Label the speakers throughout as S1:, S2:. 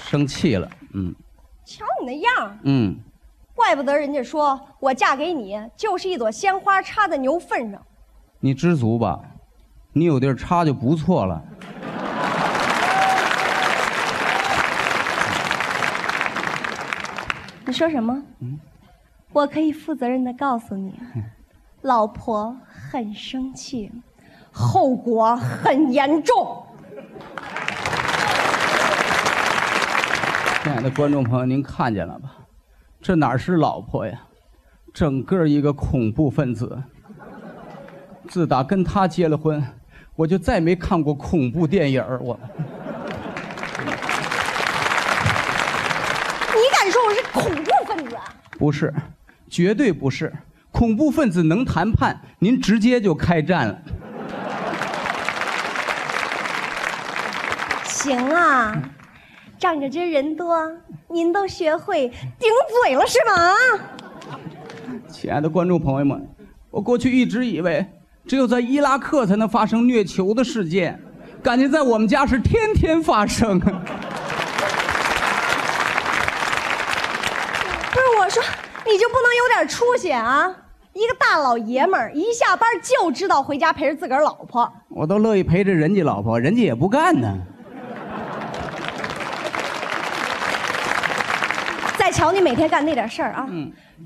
S1: 生气了，嗯
S2: 瞧你那样儿，
S1: 嗯，
S2: 怪不得人家说我嫁给你就是一朵鲜花插在牛粪上。
S1: 你知足吧，你有地儿插就不错了。
S2: 你说什么？我可以负责任的告诉你，老婆很生气，后果很严重。
S1: 亲爱的观众朋友，您看见了吧？这哪是老婆呀，整个一个恐怖分子。自打跟他结了婚，我就再没看过恐怖电影儿我
S2: 你敢说我是恐怖分子啊？
S1: 不是，绝对不是。恐怖分子能谈判，您直接就开战了。
S2: 行啊，仗着这人多，您都学会顶嘴了是吗？
S1: 亲爱的观众朋友们，我过去一直以为只有在伊拉克才能发生虐囚的事件，感觉在我们家是天天发生。
S2: 不是我说，你就不能有点出息啊？一个大老爷们儿，一下班就知道回家陪着自个儿老婆。
S1: 我都乐意陪着人家老婆，人家也不干呢。
S2: 再瞧你每天干那点事儿啊，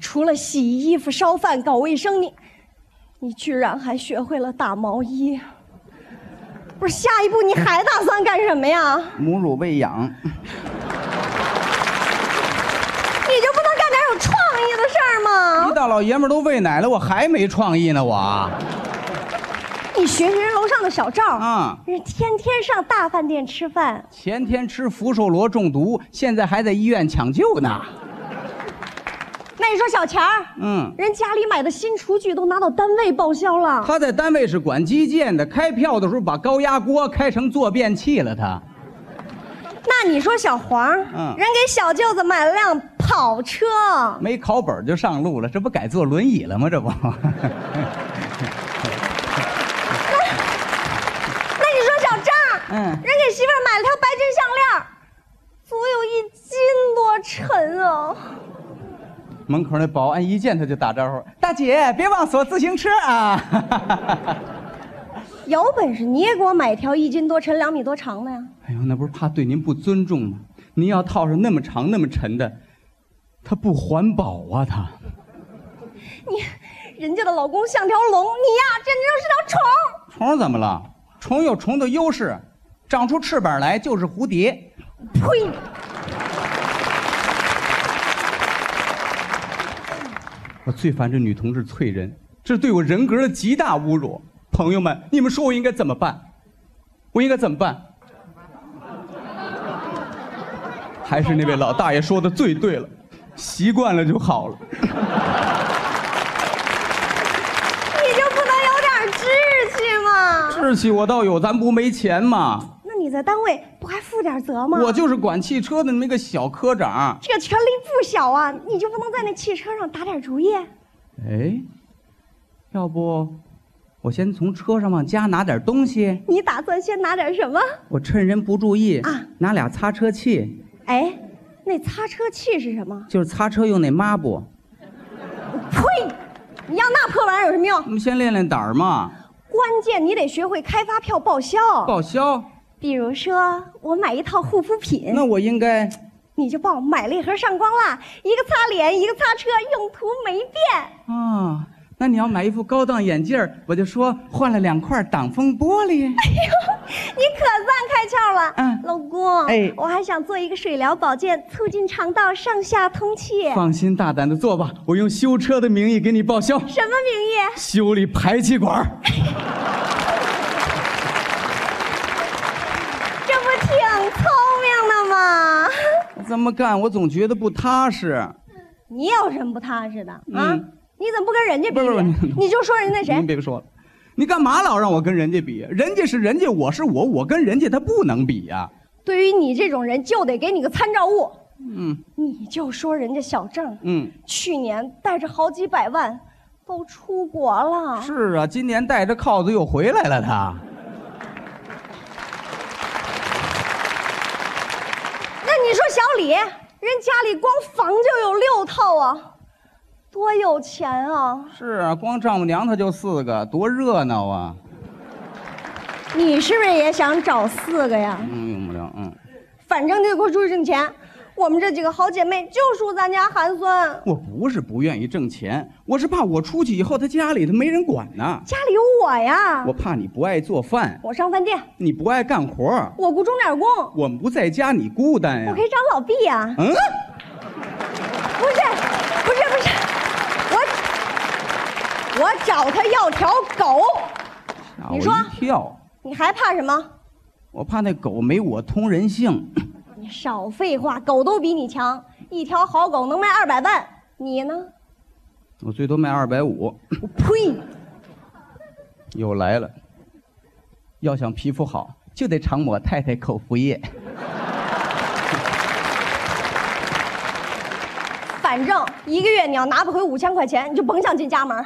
S2: 除了洗衣服、烧饭、搞卫生，你你居然还学会了打毛衣。不是，下一步你还打算干什么呀？你
S1: 母乳喂养，
S2: 就不能干点有创意的事儿吗
S1: 一？大老爷们儿都喂奶了，我还没创意呢，我。
S2: 你学学人楼上的小赵
S1: 啊
S2: 人家天天上大饭店吃饭，
S1: 前天吃福寿螺中毒，现在还在医院抢救呢。
S2: 那你说小钱儿，
S1: 嗯，
S2: 人家里买的新厨具都拿到单位报销了，
S1: 他在单位是管基建的，开票的时候把高压锅开成坐便器了。他，
S2: 那你说小黄，
S1: 嗯
S2: 人给小舅子买了辆跑车，
S1: 没考本就上路了，这不改坐轮椅了吗？这不，
S2: 那你说小张，
S1: 嗯
S2: 人给媳妇儿买了条白金项链儿，足有一斤多沉啊！
S1: 门口那保安一见他就打招呼：“大姐，别忘锁自行车啊！”
S2: 有本事你也给我买一条一斤多沉、两米多长的呀！
S1: 哎呦，那不是怕对您不尊重吗？您要套上那么长那么沉的，它不环保啊！它，
S2: 你，人家的老公像条龙，你呀简直就是条虫！
S1: 虫怎么了？虫有虫的优势，长出翅膀来就是蝴蝶。
S2: 呸！
S1: 我啊最烦这女同志啐人，这是对我人格的极大侮辱。朋友们，你们说我应该怎么办？我应该怎么办？还是那位老大爷说的最对了，习惯了就好了。
S2: 你就不能有点志气吗？
S1: 志气我倒有，咱不没钱嘛。
S2: 那你在单位不还负点责吗？
S1: 我就是管汽车的那么一个小科长。
S2: 这权力不小啊，你就不能在那汽车上打点主意？
S1: 哎，要不我先从车上往家拿点东西，
S2: 你打算先拿点什么？
S1: 我趁人不注意
S2: 啊
S1: 拿俩擦车器，
S2: 哎，那擦车器是什么？
S1: 就是擦车用那抹布。
S2: 呸！你要那破玩意儿有什么用
S1: 我？们先练练胆儿嘛，
S2: 关键你得学会开发票报销。
S1: 报销。
S2: 比如说，我买一套护肤品，
S1: 那我应该
S2: 你就帮我买了一盒上光蜡，一个擦脸，一个擦车，用途没变。
S1: 啊，那你要买一副高档眼镜儿，我就说换了两块挡风玻璃。
S2: 你可算开窍了，
S1: 嗯
S2: 老公。
S1: 哎
S2: 我还想做一个水疗保健，促进肠道上下通气。
S1: 放心大胆的做吧，我用修车的名义给你报销，
S2: 什么名义？
S1: 修理排气管儿。
S2: 这不挺聪明的吗？
S1: 我这么干，我总觉得不踏实。
S2: 你有什么不踏实的、啊
S1: 嗯？
S2: 你怎么不跟人家比比？
S1: 不是不是嗯
S2: 你就说人家谁
S1: 您？别说了，你干嘛老让我跟人家比？人家是人家，我是我，我跟人家他不能比呀、
S2: 对于你这种人，就得给你个参照物。
S1: 嗯
S2: 你就说人家小郑，
S1: 嗯，
S2: 去年带着好几百万，都出国了。
S1: 是啊，今年带着铐子又回来了他。
S2: 那你你说小李，人家里光房就有六套啊，多有钱啊！
S1: 是啊，光丈母娘她就四个，多热闹啊！
S2: 你是不是也想找四个呀？
S1: 嗯，用不着，嗯，
S2: 反正得给我出去挣钱。我们这几个好姐妹就属咱家寒酸，
S1: 我不是不愿意挣钱，我是怕我出去以后，她家里她没人管呢。
S2: 家里有我呀。
S1: 我怕你不爱做饭，
S2: 我上饭店，
S1: 你不爱干活儿，
S2: 我雇钟点工，
S1: 我们不在家你孤单呀
S2: 我可。以找老毕呀、
S1: 嗯，
S2: 不是，不是，不是，我我找他要条狗，
S1: 吓
S2: 你
S1: 我
S2: 说
S1: 一跳，
S2: 你还怕什么？
S1: 我怕那狗没我通人性。
S2: 你少废话，狗都比你强，一条好狗能卖二百万，你呢？
S1: 我最多卖二百五，
S2: 我呸！
S1: 又来了。要想皮肤好，就得常抹太太口服液。
S2: 反正一个月你要拿不回五千块钱，你就甭想进家门儿。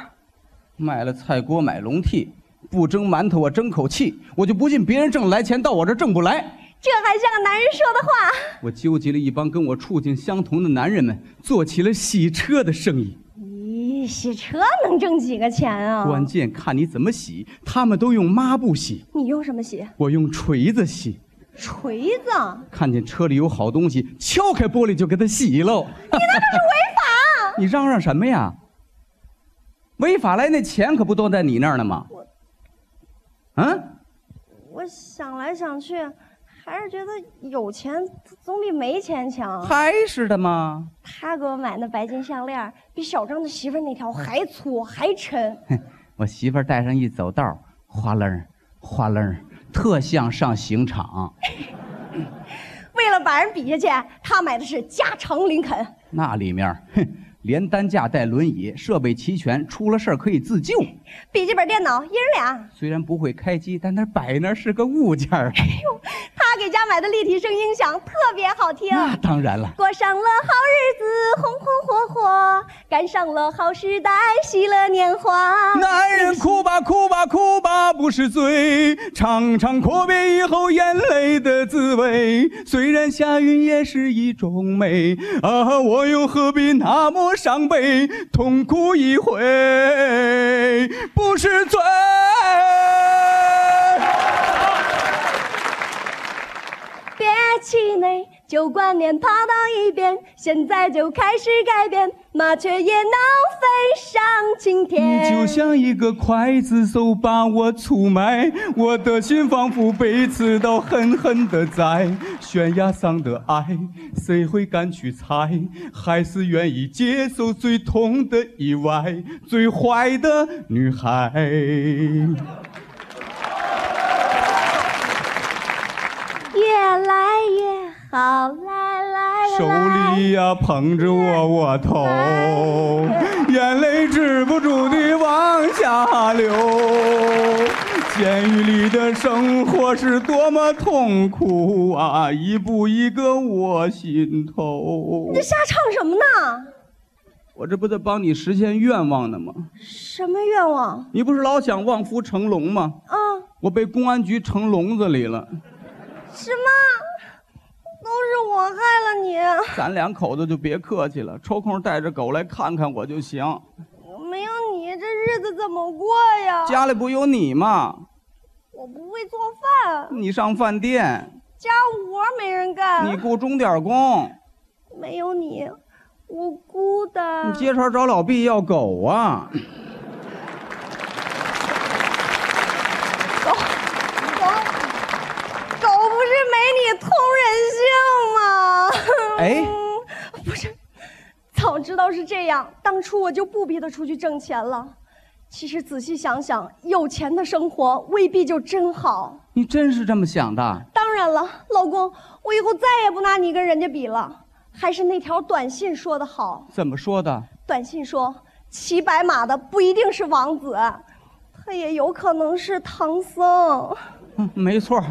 S1: 卖了菜锅买笼屉，不蒸馒头我争口气，我就不信别人挣来钱到我这儿挣不来。
S2: 这还像个男人说的话？
S1: 我纠集了一帮跟我处境相同的男人们，做起了洗车的生意。
S2: 咦，洗车能挣几个钱啊？
S1: 关键看你怎么洗，他们都用抹布洗，
S2: 你用什么洗？
S1: 我用锤子洗。
S2: 锤子？啊
S1: 看见车里有好东西，敲开玻璃就给它洗喽。你那这是违法！啊你嚷嚷什么呀？违法来那钱可不都在你那儿呢吗？嗯，
S2: 我想来想去，还是觉得有钱总比没钱强。
S1: 还是的吗？
S2: 他给我买那白金项链儿，比小张的媳妇儿那条还粗还沉。
S1: 我媳妇儿带上一走道儿，哗楞儿哗楞儿，特像上刑场。
S2: 为了把人比下去，他买的是加长林肯。
S1: 那里面儿，哼，连担架带轮椅，设备齐全，出了事儿可以自救。
S2: 笔记本电脑一人俩，
S1: 虽然不会开机，但它摆那儿是个物件儿。
S2: 他给家买的立体声音响特别好听。
S1: 那当然了。
S2: 过上了好日子，红红火火，赶上了好时代，喜乐年华。
S1: 男人哭吧哭吧哭吧不是罪，尝尝阔别以后眼泪的滋味。虽然下雨也是一种美，啊，我又何必那么伤悲？痛哭一回不是罪。
S2: 别气馁，旧观念抛到一边，现在就开始改变，麻雀也能飞上青
S1: 你就
S2: 天。
S1: 像一个刽子手把我出卖，我的心仿佛被刺刀狠狠的宰。悬崖上的爱，谁会敢去猜？还是愿意接受最痛的意外，最坏的女孩。
S2: 越来越好，来来来，
S1: 手里哎呀、捧着我我头，眼泪止不住地往下流。监狱里的生活是多么痛苦啊，一步一个我心头
S2: 你。这瞎唱什么呢？
S1: 我这不在帮你实现愿望呢吗？
S2: 什么愿望
S1: 你不是老想望夫成龙吗？
S2: 啊？
S1: 我被公安局成笼子里了，
S2: 什么？都是我害了你，
S1: 咱两口子就别客气了，抽空带着狗来看看我就行。
S2: 没有你这日子怎么过呀？
S1: 家里不有你吗？
S2: 我不会做饭，
S1: 你上饭店。
S2: 家务活没人
S1: 你
S2: 干，
S1: 雇钟点工，
S2: 没有你，我孤单。
S1: 你接茬找老毕要狗啊？
S2: 狗狗狗不是没你通人性
S1: 哎
S2: 吗？ 哎，不是，早知道是这样，当初我就不逼他出去挣钱了。其实仔细想想，有钱的生活未必就真好。
S1: 你真是这么想的？
S2: 当然了，老公，我以后再也不拿你跟人家比了。还是那条短信说的好，
S1: 怎么说的？
S2: 短信说骑白马的不一定是王子，他也有可能是唐僧。
S1: 嗯，没错儿。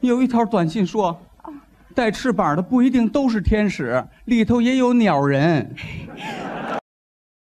S1: 有一条短信说，带翅膀的不一定都是天使，里头也有鸟人。